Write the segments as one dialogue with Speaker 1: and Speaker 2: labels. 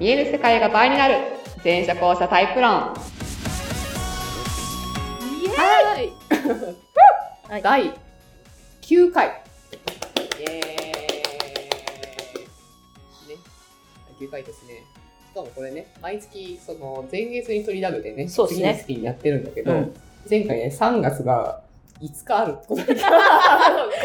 Speaker 1: 見える世界が倍になる全社交社タイプ論
Speaker 2: イエ ーイ第9回。イエーイね。第9回ですね。しかもこれね、毎月、その、前月に取りだめてね、
Speaker 3: そうですね
Speaker 2: 次の月にやってるんだけど、
Speaker 3: うん
Speaker 2: 前回ね、3月が5日あるってこと で、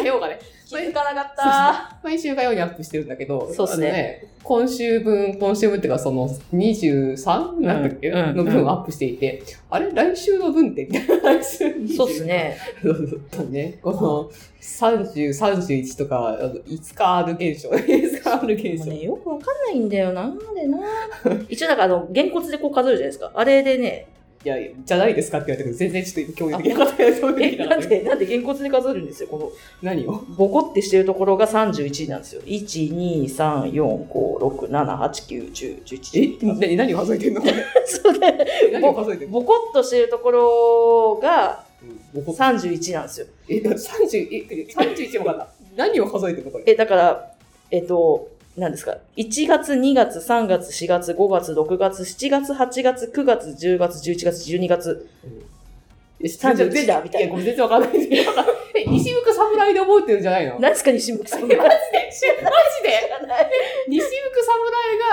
Speaker 2: 火曜がね、
Speaker 3: 気づかなかっ
Speaker 2: そうそう
Speaker 3: た。
Speaker 2: 毎週火曜にアップしてるんだけど、
Speaker 3: そうっすね
Speaker 2: あの今週分、今週分っていうか、その 23? なんだっけ、
Speaker 3: うんうん
Speaker 2: の分をアップしていて、あれ来週の分ってみたいな。来週20
Speaker 3: そうです。ね。
Speaker 2: そうそうね。この30、31とか、あの5日ある現象。5日ある現
Speaker 3: もう
Speaker 2: 象。
Speaker 3: ね、よくわかんないんだよな、なん でな。一応なんかあの、げんこつでこう数えるじゃないですか。あれでね、
Speaker 2: いや、じゃないですかって言われたけど、全然ちょっと共有できなかったよ。共有で
Speaker 3: え、
Speaker 2: きな
Speaker 3: な
Speaker 2: かっ
Speaker 3: ん
Speaker 2: たよ
Speaker 3: で、なんでげんこつで数えるんですよ。こ
Speaker 2: 何を
Speaker 3: の、ボコってしてるところが31なんですよ。1、2、3、4、5、6、7、8、9、10、
Speaker 2: え
Speaker 3: 11、
Speaker 2: 何何を数えてんの
Speaker 3: それ
Speaker 2: 何を数えてんの
Speaker 3: ボコっとしてるところが
Speaker 2: うん僕
Speaker 3: 31なんですよ。
Speaker 2: え、だから30、え、31もかな。何を数えてんのこれ。
Speaker 3: え、だから、えっと、何ですか。1月、2月、3月、4月、5月、6月、7月、8月、9月、10月、11月、12月。31だみたいな
Speaker 2: や、ごめん全然わかん ないですけど。え、西向く侍で覚えてるんじゃないの
Speaker 3: 何ですか、西向さん。
Speaker 2: で知らないマジで西向く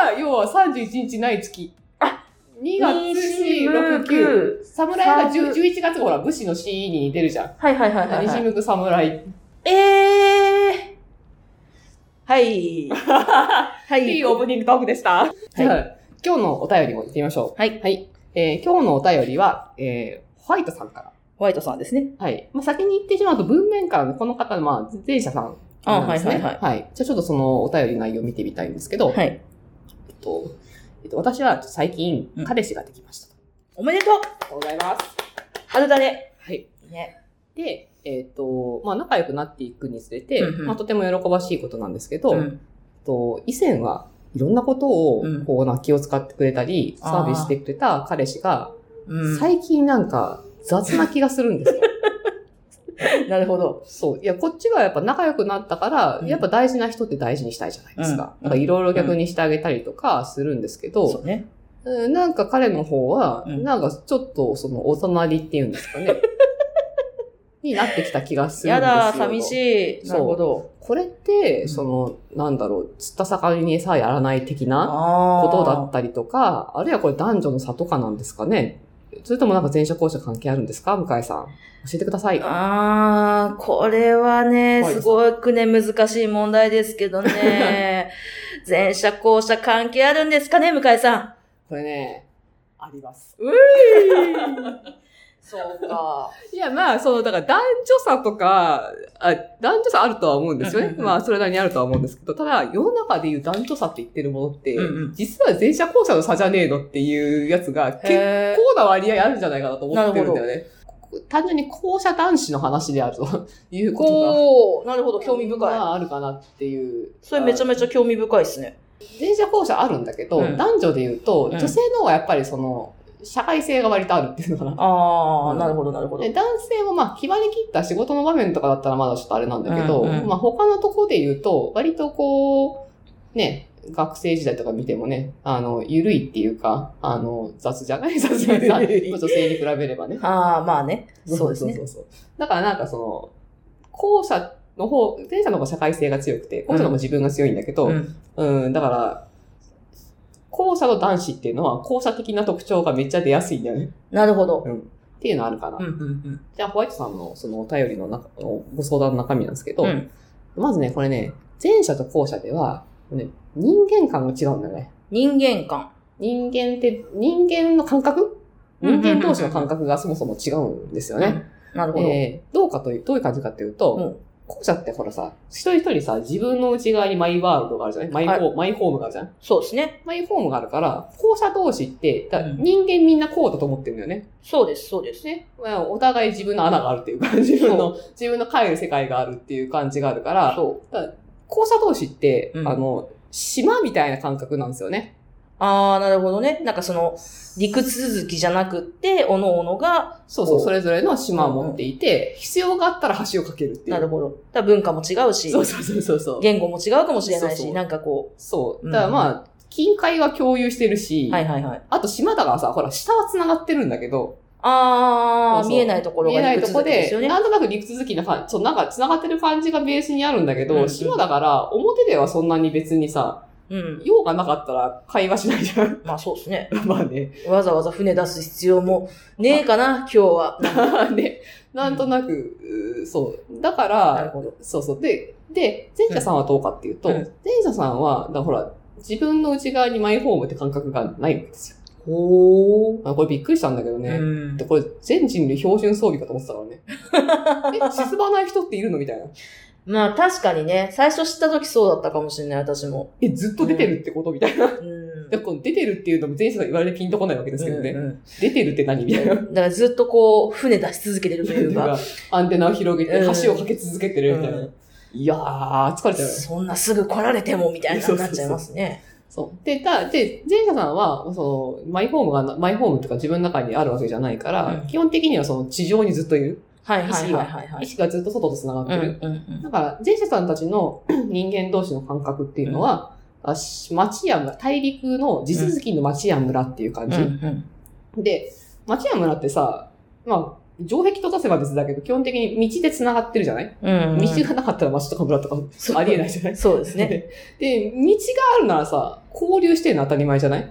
Speaker 2: 侍が、要は31日ない月。
Speaker 3: あ
Speaker 2: 2月、
Speaker 3: 西
Speaker 2: 4、
Speaker 3: 向
Speaker 2: 6、
Speaker 3: く
Speaker 2: 9。侍が10
Speaker 3: 三十
Speaker 2: 11月、ほら、武士の死に出るじゃん。
Speaker 3: はいはいはいはい、は
Speaker 2: 西
Speaker 3: い。
Speaker 2: 向く侍。
Speaker 3: えー。はい。はい。
Speaker 2: いいオープニングトークでした。はい。
Speaker 3: い
Speaker 2: 今日のお便りも行ってみましょう。
Speaker 3: はい。
Speaker 2: はい。えー今日のお便りは、えーホワイトさんから。
Speaker 3: ホワイトさんですね。
Speaker 2: はい。まあ、先に言ってしまうと、文面からのこの方、まあ、前者さん
Speaker 3: あ
Speaker 2: なんですね。
Speaker 3: はいはい
Speaker 2: じゃあちょっとそのお便り内容を見てみたいんですけど、
Speaker 3: はい。
Speaker 2: えっと、えっと、私は最近
Speaker 3: うん、
Speaker 2: 彼氏ができました。
Speaker 3: おめでとう
Speaker 2: ありがとうございます。
Speaker 3: 春だね。
Speaker 2: はい。
Speaker 3: ね。
Speaker 2: で、えっ、と、まあ、仲良くなっていくにつれて、
Speaker 3: うんうん
Speaker 2: まあ、とても喜ばしいことなんですけど、
Speaker 3: う
Speaker 2: えっ
Speaker 3: ん。
Speaker 2: と以前はいろんなことを
Speaker 3: うん、
Speaker 2: こうな、気を使ってくれたり、サービスしてくれた彼氏が、
Speaker 3: うん
Speaker 2: 最近なんか雑な気がするんですよ。
Speaker 3: なるほど。
Speaker 2: そう。いや、こっちがやっぱ仲良くなったから、
Speaker 3: うん
Speaker 2: やっぱ大事な人って大事にしたいじゃないですか。
Speaker 3: うん
Speaker 2: なんかいろいろ逆にしてあげたりとかするんですけ
Speaker 3: そう
Speaker 2: ど、
Speaker 3: ね。
Speaker 2: うんなんか彼の方は、
Speaker 3: うん
Speaker 2: なんかちょっとそのおざなりっていうんですか ね。になってきた気がするん
Speaker 3: や
Speaker 2: ですよ。
Speaker 3: だ、寂しい。
Speaker 2: そう
Speaker 3: なるほど。
Speaker 2: これって、
Speaker 3: うん
Speaker 2: その、なんだろう、釣った魚に餌やらない的なこ
Speaker 3: こと
Speaker 2: だったりとか、あるいはこれ男女の差とかなんですかね。それともなんか前者後者関係あるんですか向井さん。教えてください。
Speaker 3: ああ、これはね、
Speaker 2: はい
Speaker 3: すごくね、難しい問題ですけど ね。前者後者関係あるんですかね、向井さん。
Speaker 2: これね、あります。
Speaker 3: そう か。
Speaker 2: いや、まあ、その、だから男女差とか、あ男女差あるとは思うんですよ
Speaker 3: うんう
Speaker 2: ね
Speaker 3: ん。うん
Speaker 2: まあ、それなりにあるとは思うんですけど、ただ、世の中で言う男女差って言ってるものって、
Speaker 3: うんうん
Speaker 2: 実は前者後者の差じゃねえのっていうやつが結
Speaker 3: へ
Speaker 2: 構な割合あるんじゃないかなと思ってるんだよね。単純に後者男子の話である という
Speaker 3: ー。
Speaker 2: ことが。
Speaker 3: こう、なるほど、興味
Speaker 2: ま
Speaker 3: 深い。
Speaker 2: あ、あるかなっていう。
Speaker 3: それめちゃ
Speaker 2: め
Speaker 3: めちゃ興味深いですね。
Speaker 2: 前者後者あるんだけど、
Speaker 3: うん
Speaker 2: 男女で言うと、
Speaker 3: うん
Speaker 2: 女性の方がやっぱりその、社会性が割とあるっていうのかな。
Speaker 3: ああ、
Speaker 2: うん
Speaker 3: なるほど、なるほど
Speaker 2: で。男性もまあ、決まりきった仕事の場面とかだったらまだちょっとあれなんだけど、
Speaker 3: うんうん
Speaker 2: まあ他のとこで言うと、割とこう、ね、学生時代とか見てもね、あの、ゆるいっていうか、あの、雑じゃない雑じゃ ない
Speaker 3: ゆるい
Speaker 2: 女性に比べればね。
Speaker 3: ああ、まあね。そうですね
Speaker 2: そ。うそうそうだからなんかその、後者の方、前者の方が社会性が強くて、後者の方が自分が強いんだけど、
Speaker 3: うん
Speaker 2: うん、だから、後者の男子っていうのは、後者的な特徴がめっちゃ出やすいんだよね。
Speaker 3: なるほど。
Speaker 2: っていうのあるかな
Speaker 3: うん、。うん、
Speaker 2: じゃあ、ホワイトさんのそのお便りの中のご相談の中身なんですけど、
Speaker 3: うん。うん。
Speaker 2: まずね、これね、前者と後者では、ね、人間感が違うんだよね。
Speaker 3: 人間観。
Speaker 2: 人間って、人間の感覚
Speaker 3: うんうんう
Speaker 2: 人
Speaker 3: んうん
Speaker 2: 間同士の感覚がそもそも違うんですよね。
Speaker 3: なるほど。
Speaker 2: えーどうかという、どういう感じかっていうと、
Speaker 3: うん
Speaker 2: 後者ってほらさ、一人一人さ、自分の内側にマイワールドがあるじゃないマイホー、マイホームがあるじゃん
Speaker 3: そうですね。
Speaker 2: マイホームがあるから、後者同士って、だ
Speaker 3: うん
Speaker 2: 人間みんなこうだと思ってるんだよね。
Speaker 3: そうです、そうです。
Speaker 2: ね、まあ、お互い自分の穴があるっていうか、自分の、自分の帰る世界があるっていう感じがあるから、
Speaker 3: そう。
Speaker 2: 交差同士って、
Speaker 3: うん
Speaker 2: あの、島みたいな感覚なんですよね。
Speaker 3: ああ、なるほどね。なんかその、陸続きじゃなくって、おのおのが、
Speaker 2: そうそう、
Speaker 3: お
Speaker 2: それぞれの島を持っていて、必要があったら橋を架けるっていう。
Speaker 3: なるほど。だから文化も違うし
Speaker 2: そ、うそうそうそうそう。
Speaker 3: 言語も違うかもしれな
Speaker 2: そうそ
Speaker 3: いし、
Speaker 2: う
Speaker 3: なんかこ
Speaker 2: そう。
Speaker 3: うん
Speaker 2: だからまあ、近海は共有してるし、
Speaker 3: はいはいはい。
Speaker 2: あと島田がさ、ほら、下は繋がってるんだけど、
Speaker 3: あ
Speaker 2: そうそう
Speaker 3: ー、見えないところ
Speaker 2: 見えな
Speaker 3: が
Speaker 2: い
Speaker 3: 陸
Speaker 2: とこ
Speaker 3: 続きです
Speaker 2: で
Speaker 3: よ、ね。
Speaker 2: なんとなく陸続きな感じ、そう、なんか繋がってる感じがベースにあるんだけど、
Speaker 3: うんうん
Speaker 2: 島だから、表ではそんなに別にさ、
Speaker 3: うん。
Speaker 2: 用がなかったら会話しないじゃん。
Speaker 3: まあそうですね。
Speaker 2: まあね。
Speaker 3: わざわざ船出す必要もねえかな、今日は。
Speaker 2: で、なんとなく、うーそう。だか
Speaker 3: なる
Speaker 2: ら、
Speaker 3: ほど。
Speaker 2: そうそう。で、で、前者さんはどうかっていうと、
Speaker 3: うん
Speaker 2: 前者さんは、だからほら、自分の内側にマイホームって感覚がないわけですよ。
Speaker 3: ほー。
Speaker 2: あこれびっくりしたんだけどね。
Speaker 3: うん
Speaker 2: で、これ全人類標準装備かと思ってたから ね。え、沈まない人っているのみたいな。
Speaker 3: まあ確かにね、最初知った時そうだったかもしれない、私も。
Speaker 2: え、ずっと出てるってことみたいな。
Speaker 3: うん。
Speaker 2: で、この出てるっていうのも前者さん言われてピンとこないわけですけどね。
Speaker 3: うんうん
Speaker 2: 出てるって何みたいな。
Speaker 3: だからずっとこう、船出し続けてるというか、
Speaker 2: アンテナを広げて
Speaker 3: うん
Speaker 2: 橋をかけ続けてるみたいな。
Speaker 3: うん
Speaker 2: いやー、疲れちゃうよ。
Speaker 3: そんなすぐ来られてもみたいな
Speaker 2: そうそうそう
Speaker 3: なっちゃいますね。
Speaker 2: そう。で、だ、で、前者さんは、その、マイホームがな、マイホームとか自分の中にあるわけじゃないから、
Speaker 3: うん
Speaker 2: 基本的にはその地上にずっといる。
Speaker 3: はいはいはいはいは
Speaker 2: 意
Speaker 3: い。
Speaker 2: 識がずっと外と繋がっ
Speaker 3: うん
Speaker 2: て
Speaker 3: うん
Speaker 2: る。
Speaker 3: うん
Speaker 2: だから、前者さんたちの 人間同士の感覚っていうのは、あし町や村、大陸の地続きの町や村っていう感じ。
Speaker 3: うんうん
Speaker 2: で、町や村ってさ、まあ、城壁と出せば別だけど、基本的に道で繋がってるじゃない、
Speaker 3: うんうん
Speaker 2: 道がなかったら町とか村と
Speaker 3: そう
Speaker 2: かありえないじゃない
Speaker 3: そうですね。
Speaker 2: で、道があるならさ、交流してるの当たり前じゃないだ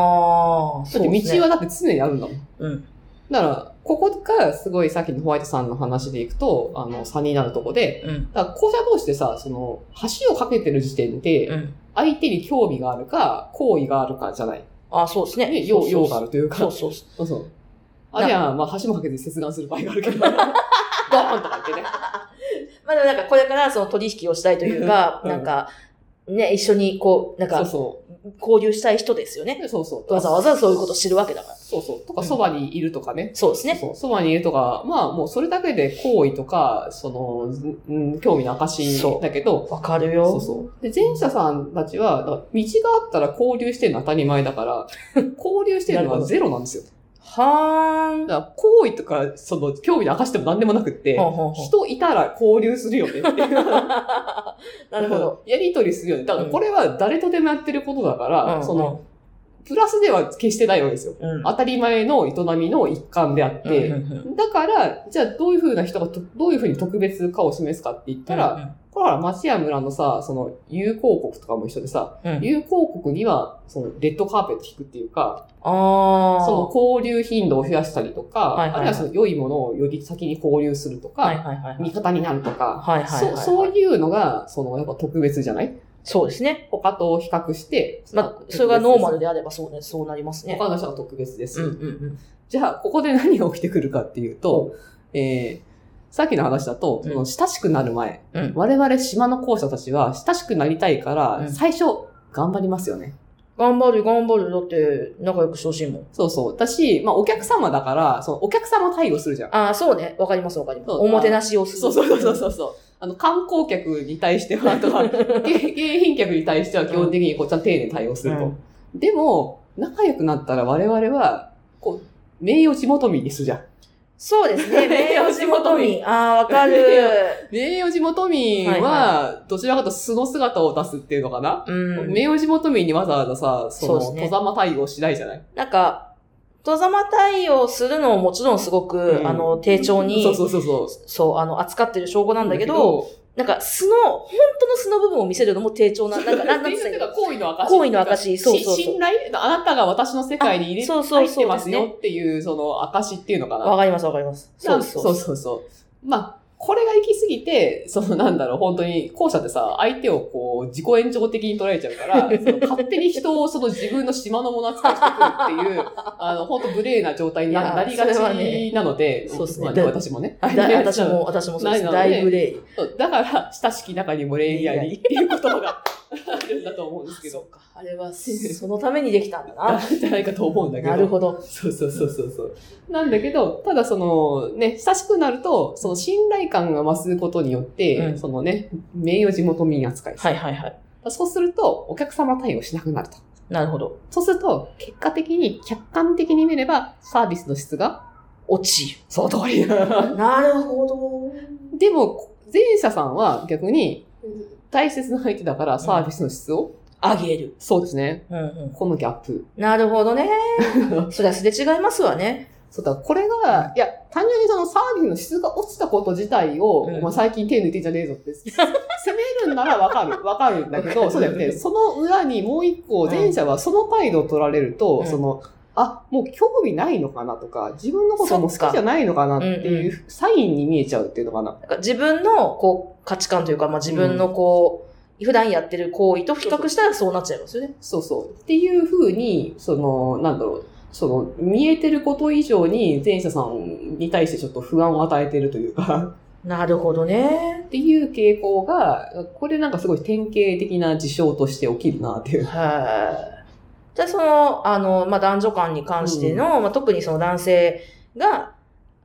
Speaker 3: ああ、
Speaker 2: っ
Speaker 3: そう
Speaker 2: て
Speaker 3: ですね
Speaker 2: 道はだって常にあるんだもん。
Speaker 3: うん
Speaker 2: だから、ここがすごいさっきのホワイトさんの話でいくと、あの、差になるとこで、
Speaker 3: うん
Speaker 2: だから校舎同士でさ、その、橋を架けてる時点で、
Speaker 3: うん。
Speaker 2: 相手に興味があるか、好意があるかじゃない。
Speaker 3: ああ、そうですね。
Speaker 2: ね、用、
Speaker 3: そうそう
Speaker 2: 用があるというか。
Speaker 3: そうそうそう。
Speaker 2: そうそう。あるいは、まあ、橋も架けて切断する場合がある けど、ドーンとか言ってね。
Speaker 3: まあでもなんかこれからその取引をしたいというか、
Speaker 2: うん
Speaker 3: なんか、ね、一緒にこう、なん
Speaker 2: そう
Speaker 3: か、
Speaker 2: そ
Speaker 3: 交流したい人ですよね。
Speaker 2: う。そうそう。
Speaker 3: わざわざそういうことを知るわけだから。
Speaker 2: そうそう。とか、そばにいるとかね。
Speaker 3: そうですね。
Speaker 2: そうそばにいるとか、まあ、もうそれだけで好意とか、その、うん興味の証
Speaker 3: そう
Speaker 2: だけど、
Speaker 3: わかるよ。
Speaker 2: そうそう。で、前者さんたちは、だから道があったら交流してるの当たり前だ から、交流してるのはゼロなんですよ。
Speaker 3: はーん。
Speaker 2: だから、好意とか、その、興味の証でも何でもなくって、
Speaker 3: ほんほんほん
Speaker 2: 人いたら交流するよねっていう。
Speaker 3: なるほど。。
Speaker 2: やりとりするよね。だからこれは誰とでもやってることだから、
Speaker 3: うん
Speaker 2: その、、プラスでは決してないわけですよ。
Speaker 3: うん、
Speaker 2: 当たり前の営みの一環であっ
Speaker 3: う
Speaker 2: て。
Speaker 3: んうんうん
Speaker 2: だから、じゃあどういうふうな人がと、どういうふうに特別かを示すかって言ったら、これは町や村のさ、その、友好国とかも一緒でさ、
Speaker 3: うんうん
Speaker 2: 友好国には、その、レッドカーペット引くっていうか、
Speaker 3: ああ。
Speaker 2: その交流頻度を増やしたりとか、
Speaker 3: はいはいはい
Speaker 2: あるいはその良いものをより先に交流するとか、
Speaker 3: はいはいはい。
Speaker 2: 味方になるとか、
Speaker 3: はいはいはいはい。
Speaker 2: そそういうのが、その、やっぱ特別じゃない
Speaker 3: そうですね。
Speaker 2: 他と比較して、
Speaker 3: ま
Speaker 2: あ
Speaker 3: あ、それがノーマルであればそうね、そうなりますね。
Speaker 2: 他の人は特別です。
Speaker 3: うんうんうん。
Speaker 2: じゃあ、ここで何が起きてくるかっていうと、えー、さっきの話だと、
Speaker 3: うん
Speaker 2: その親しくなる前、
Speaker 3: うん
Speaker 2: 我々島の校舎たちは親しくなりたいから、
Speaker 3: うん
Speaker 2: 最初、頑張りますよね。
Speaker 3: 頑張る頑張る。だって、仲良くしてほしいもん。
Speaker 2: そうそう。だし、まあ、お客様だから、そのお客様対応するじゃん。
Speaker 3: ああ、そうね。わかりますわかります。
Speaker 2: そう
Speaker 3: おもてなしをする。
Speaker 2: そうそうそうそうそう。あの、観光客に対しては、あ とは、げ迎賓客に対しては基本的にこうちゃんと丁寧に対応すると。でも、仲良くなったら我々は、こう、名誉地元民にするじゃん。
Speaker 3: そうです ね。名誉地元民。ああ、わかる。
Speaker 2: 名誉地元民は、どちらかというと素の姿を出すっていうのかな、
Speaker 3: うん。
Speaker 2: 名誉地元民にわざわざさ、その、
Speaker 3: そうですね
Speaker 2: 戸ざま対応しないじゃない
Speaker 3: なんか、戸様対応するのをもちろんすごく、
Speaker 2: うん
Speaker 3: あの、丁重に、
Speaker 2: そうそうそうそう。
Speaker 3: そう、あの、扱ってる証拠なんだけど、なんか素の、本当の素の部分を見せるのも丁重 な、なんか、なん
Speaker 2: だ
Speaker 3: なんつうんだろう
Speaker 2: 行為の証。
Speaker 3: 行為の証そうそうそう
Speaker 2: し信頼あなたが私の世界に入れ
Speaker 3: あそうそう
Speaker 2: 入
Speaker 3: そう
Speaker 2: ってますよっていう、その証っていうのかな
Speaker 3: わかりますわか ります。そうです
Speaker 2: そ
Speaker 3: そう
Speaker 2: う
Speaker 3: です。
Speaker 2: そうそう。まあ、これが行き過ぎて、そのなんだろう、本当に、後者ってさ、相手をこう、自己延長的に捉えちゃう から、その勝手に人をその自分の島のもの扱いしてくるっていう、あの、本当無礼な状態に
Speaker 3: いや
Speaker 2: な
Speaker 3: ー
Speaker 2: なりが
Speaker 3: それは
Speaker 2: ち
Speaker 3: ね
Speaker 2: なので、
Speaker 3: そうっすね
Speaker 2: まあね私もね。
Speaker 3: だ私も、私もそうです。
Speaker 2: ないので
Speaker 3: だいぶ例。
Speaker 2: そう。だから、親しき中にも礼儀ありっていう言葉が あるんだと思うんですけ
Speaker 3: そ
Speaker 2: ど、
Speaker 3: っか、あれは、そのためにできたんだ
Speaker 2: あ
Speaker 3: な。
Speaker 2: じゃないかと思うんだけど。
Speaker 3: なるほど。
Speaker 2: そうそうそうそうそう。なんだけど、ただそのね、親しくなると、その信頼感が増すことによって、
Speaker 3: うん
Speaker 2: そのね、名誉地元民扱いする。
Speaker 3: はいはいはい。
Speaker 2: そうすると、お客様対応しなくなると。
Speaker 3: なるほど。
Speaker 2: そうすると、結果的に客観的に見れば、サービスの質が、
Speaker 3: 落ち
Speaker 2: その通り。
Speaker 3: る。なるほど。
Speaker 2: でも、前者さんは逆に、大切な相手だからサービスの質を
Speaker 3: あげる。
Speaker 2: そうですね。
Speaker 3: うんうん、
Speaker 2: このギャップ。
Speaker 3: なるほど ね。そりゃすれ違いますわね。
Speaker 2: そうだ、これが、いや、単純にそのサービスの質が落ちたこと自体を、
Speaker 3: うん
Speaker 2: お前最近手抜いてんじゃねえぞって、責めるんならわか る、わかるんだけ
Speaker 3: わかる
Speaker 2: ど、そうだよね。その裏にもう一個、
Speaker 3: うん
Speaker 2: 前者はその態度を取られると、
Speaker 3: うん
Speaker 2: その、あ、もう興味ないのかなとか、自分のこともう好きじゃないのかなっていううサインに見えちゃうっていうのかな。
Speaker 3: なんか自分のこう価値観というか、まあ、自分のこう、普段やってる行為と比較したらそうなっちゃいますよね。
Speaker 2: そうそう。っていうふうに、その、なんだろう。その、見えてること以上に前者さんに対してちょっと不安を与えてるというか。
Speaker 3: なるほどね
Speaker 2: っ。ていう傾向が、これなんかすごい典型的な事象として起きるなっていう。
Speaker 3: はい。じゃあその、あの、まあ、男女間に関しての、まあ、特にその男性が、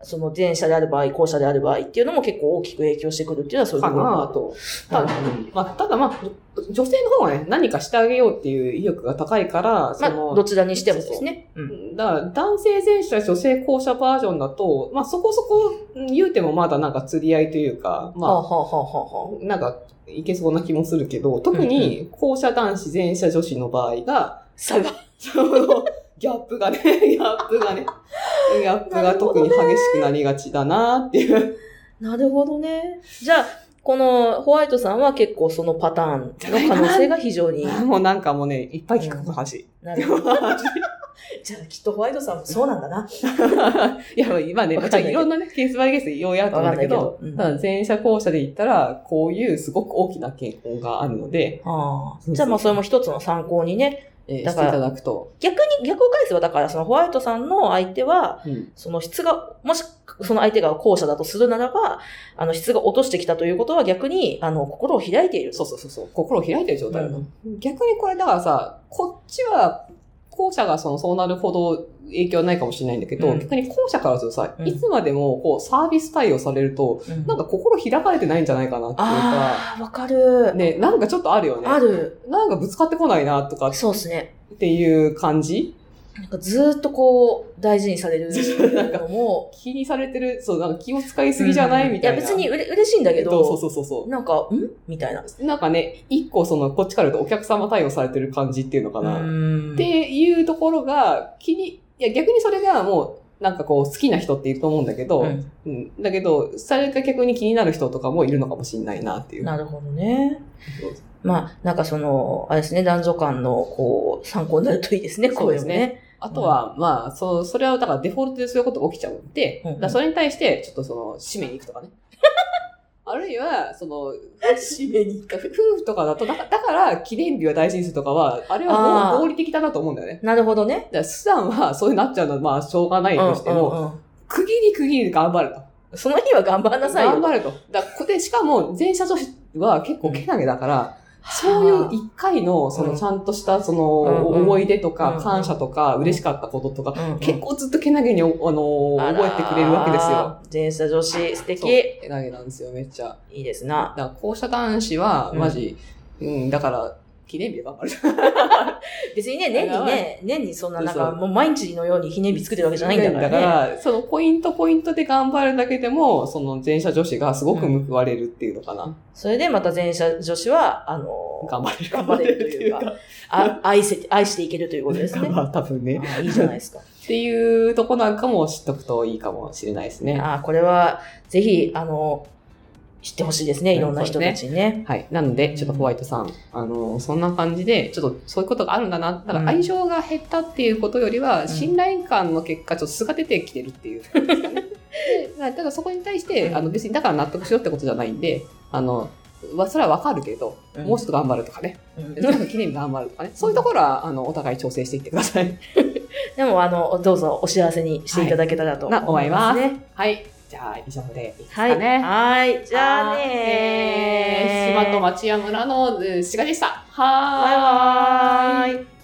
Speaker 3: その前者である場合、後者である場合っていうのも結構大きく影響してくるっていうのはそういう
Speaker 2: か
Speaker 3: ところ
Speaker 2: なぁと。
Speaker 3: は
Speaker 2: た
Speaker 3: い
Speaker 2: だ、まあ、ただまあ、女女性の方はね、何かしてあげようっていう意欲が高いから、そ
Speaker 3: まあ、
Speaker 2: の、
Speaker 3: どちらにしてもですね。うん
Speaker 2: だから男性前者、女性後者バージョンだと、まあそこそこ言うてもまだなんか釣り合いというか、
Speaker 3: はあ、は
Speaker 2: ま
Speaker 3: あはあはあはあ
Speaker 2: あ、なんかいけそうな気もするけど、特に後者男子、前者女子の場合が、
Speaker 3: 差が。
Speaker 2: その、ギャップがね、 ギャップがね、ギャップが特に激しくなりがちだなっていう。
Speaker 3: なるほどね。じゃあ、このホワイトさんは結構そのパターンの可能性が非常に。
Speaker 2: もうなんかもうね、いっぱい聞くこの話。
Speaker 3: なるほど。 じゃあ、きっとホワイトさんもそうなんだな。
Speaker 2: いや、今ね、
Speaker 3: わかんないけど
Speaker 2: いろんなね、ケースバイケースでようやると思うんだけ
Speaker 3: わ
Speaker 2: ど、
Speaker 3: かんないけどう
Speaker 2: た
Speaker 3: ん
Speaker 2: だ前者後者で言ったら、こういうすごく大きな傾向があるので、
Speaker 3: あ
Speaker 2: そうそ
Speaker 3: あ。
Speaker 2: う
Speaker 3: じゃあ、まあ、それも一つの参考にね。
Speaker 2: えー
Speaker 3: だ
Speaker 2: し
Speaker 3: か
Speaker 2: てい
Speaker 3: ら
Speaker 2: ただくと。
Speaker 3: 逆に、逆を返せば、だから、そのホワイトさんの相手は、
Speaker 2: うん
Speaker 3: その質が、もし、その相手が後者だとするならば、あの、質が落としてきたということは逆に、あの、心を開いている。
Speaker 2: そうそうそうそう、心を開いてる状態なの、
Speaker 3: う
Speaker 2: 逆にこれだからさ、こっちは、後者がそのそうなるほど影響はないかもしれないんだけど、
Speaker 3: うん
Speaker 2: 逆に後者からするとさ、
Speaker 3: うん
Speaker 2: いつまでもこうサービス対応されると、
Speaker 3: うん
Speaker 2: なんか心開かれてないんじゃないかなっていうか、
Speaker 3: ああ、わかる。
Speaker 2: ね、なんかちょっとあるよね。
Speaker 3: ある。
Speaker 2: なんかぶつかってこないなとかっ
Speaker 3: そうですね。
Speaker 2: ていう感じ
Speaker 3: なんかずーっとこう、大事にされ るのも、
Speaker 2: 気にされてる、そう、なんか気を使いすぎじゃない、み
Speaker 3: い
Speaker 2: たいな。
Speaker 3: や別にうれ嬉しいんだけ
Speaker 2: そう
Speaker 3: ど、
Speaker 2: そうそうそ
Speaker 3: なんか、んみたいな。
Speaker 2: う。なんかね、一個その、こっちから言うとお客様対応されてる感じっていうのかな。っ
Speaker 3: ん
Speaker 2: ていうところが、気に、いや逆にそれがもう、なんかこう、好きな人っていると思うんだけど、うん
Speaker 3: う
Speaker 2: だけど、それが逆に気になる人とかもいるのかもしれないなってい
Speaker 3: ん
Speaker 2: う。
Speaker 3: なるほどね。
Speaker 2: そう
Speaker 3: まあ、なんかその、あれですね、男女間の、こう、参考になるといいですね、こ
Speaker 2: そう
Speaker 3: うい
Speaker 2: で
Speaker 3: う
Speaker 2: す
Speaker 3: の
Speaker 2: ね
Speaker 3: ね。
Speaker 2: あとは、まあ、そう、それはだからデフォルトでそういうことが起きちゃうんで、
Speaker 3: うんうん
Speaker 2: だからそれに対して、ちょっとその、締めに行くとかね。 あるいは、その、
Speaker 3: 締めに。
Speaker 2: 夫婦とかだと、だからだから、記念日は大事にするとかは、あれは
Speaker 3: あー
Speaker 2: 合合理的だなと思うんだよね。
Speaker 3: なるほどね。
Speaker 2: だから、スさんはそういうなっちゃうのは、まあ、しょうがないとしても、
Speaker 3: うんうんうん
Speaker 2: 区切り区切り頑張ると。
Speaker 3: その日は頑張んなさいよ。
Speaker 2: 頑張ると。だからこで、しかも、前者女子は結構けなげだから、そういう一回の、そ
Speaker 3: うん
Speaker 2: の、ちゃんとした、その、
Speaker 3: うんうん
Speaker 2: 思い出と
Speaker 3: うん
Speaker 2: か
Speaker 3: うん、
Speaker 2: 感謝とか、嬉しかったこととか、
Speaker 3: うんうん
Speaker 2: 結構ずっとけなげに、おあのー、覚えてくれるわけですよ。
Speaker 3: あらー。前者女子、素敵。
Speaker 2: そう
Speaker 3: い
Speaker 2: けなげなんですよ、めっちゃ。
Speaker 3: いですな。
Speaker 2: だから、校舎男子は、マジ、うん、だから、記念日は頑張る。
Speaker 3: 別にね、年にね、年にそんな、なん
Speaker 2: そ
Speaker 3: か、
Speaker 2: う
Speaker 3: もう毎日のように記念日作ってるわけじゃないんだからね。
Speaker 2: そのポイントポイントで頑張るだけでも、その前者女子がすごく報われるっていうのかな。
Speaker 3: それでまた前者女子は、あの、
Speaker 2: 頑張れる。
Speaker 3: 頑張れるというか
Speaker 2: 頑張れ
Speaker 3: あ愛せて、愛していけるということ
Speaker 2: る
Speaker 3: で
Speaker 2: って
Speaker 3: す
Speaker 2: いうか。
Speaker 3: ね。
Speaker 2: まあ多分ね。
Speaker 3: あいいじゃないですか。
Speaker 2: っていうとこなんかも知っとくといいかもしれないですね。
Speaker 3: あこれは、ぜひ、あの、知ってほしいですね。
Speaker 2: うん
Speaker 3: いろんな人たちにね。
Speaker 2: はい。なので、ちょっとホワイトさん、あの、そんな感じで、ちょっとそういうことがあるんだな。た
Speaker 3: うん
Speaker 2: だ、愛情が減ったっていうことよりは、
Speaker 3: ん
Speaker 2: 信頼感の結果、ちょっと素が出てきてるっていう感じ ですかね。でまあただ、そこに対して、あの、別にだから納得しろってことじゃないんで、あの、わそれはわかるけど、
Speaker 3: うん
Speaker 2: もうちょっと頑張るとかね。
Speaker 3: うん
Speaker 2: なんか記念日頑張るとかね。そういうところは、あの、お互い調整していってください。
Speaker 3: でも、あの、どうぞお幸せにしていただけたらと
Speaker 2: な
Speaker 3: 思いますね。
Speaker 2: はい。じゃあ、以上でいいです
Speaker 3: は
Speaker 2: か
Speaker 3: い。
Speaker 2: ね。
Speaker 3: はい。じゃあ
Speaker 2: え
Speaker 3: ね
Speaker 2: ー島と町屋村のえー滋賀でした。はーい。
Speaker 3: バイバーイ。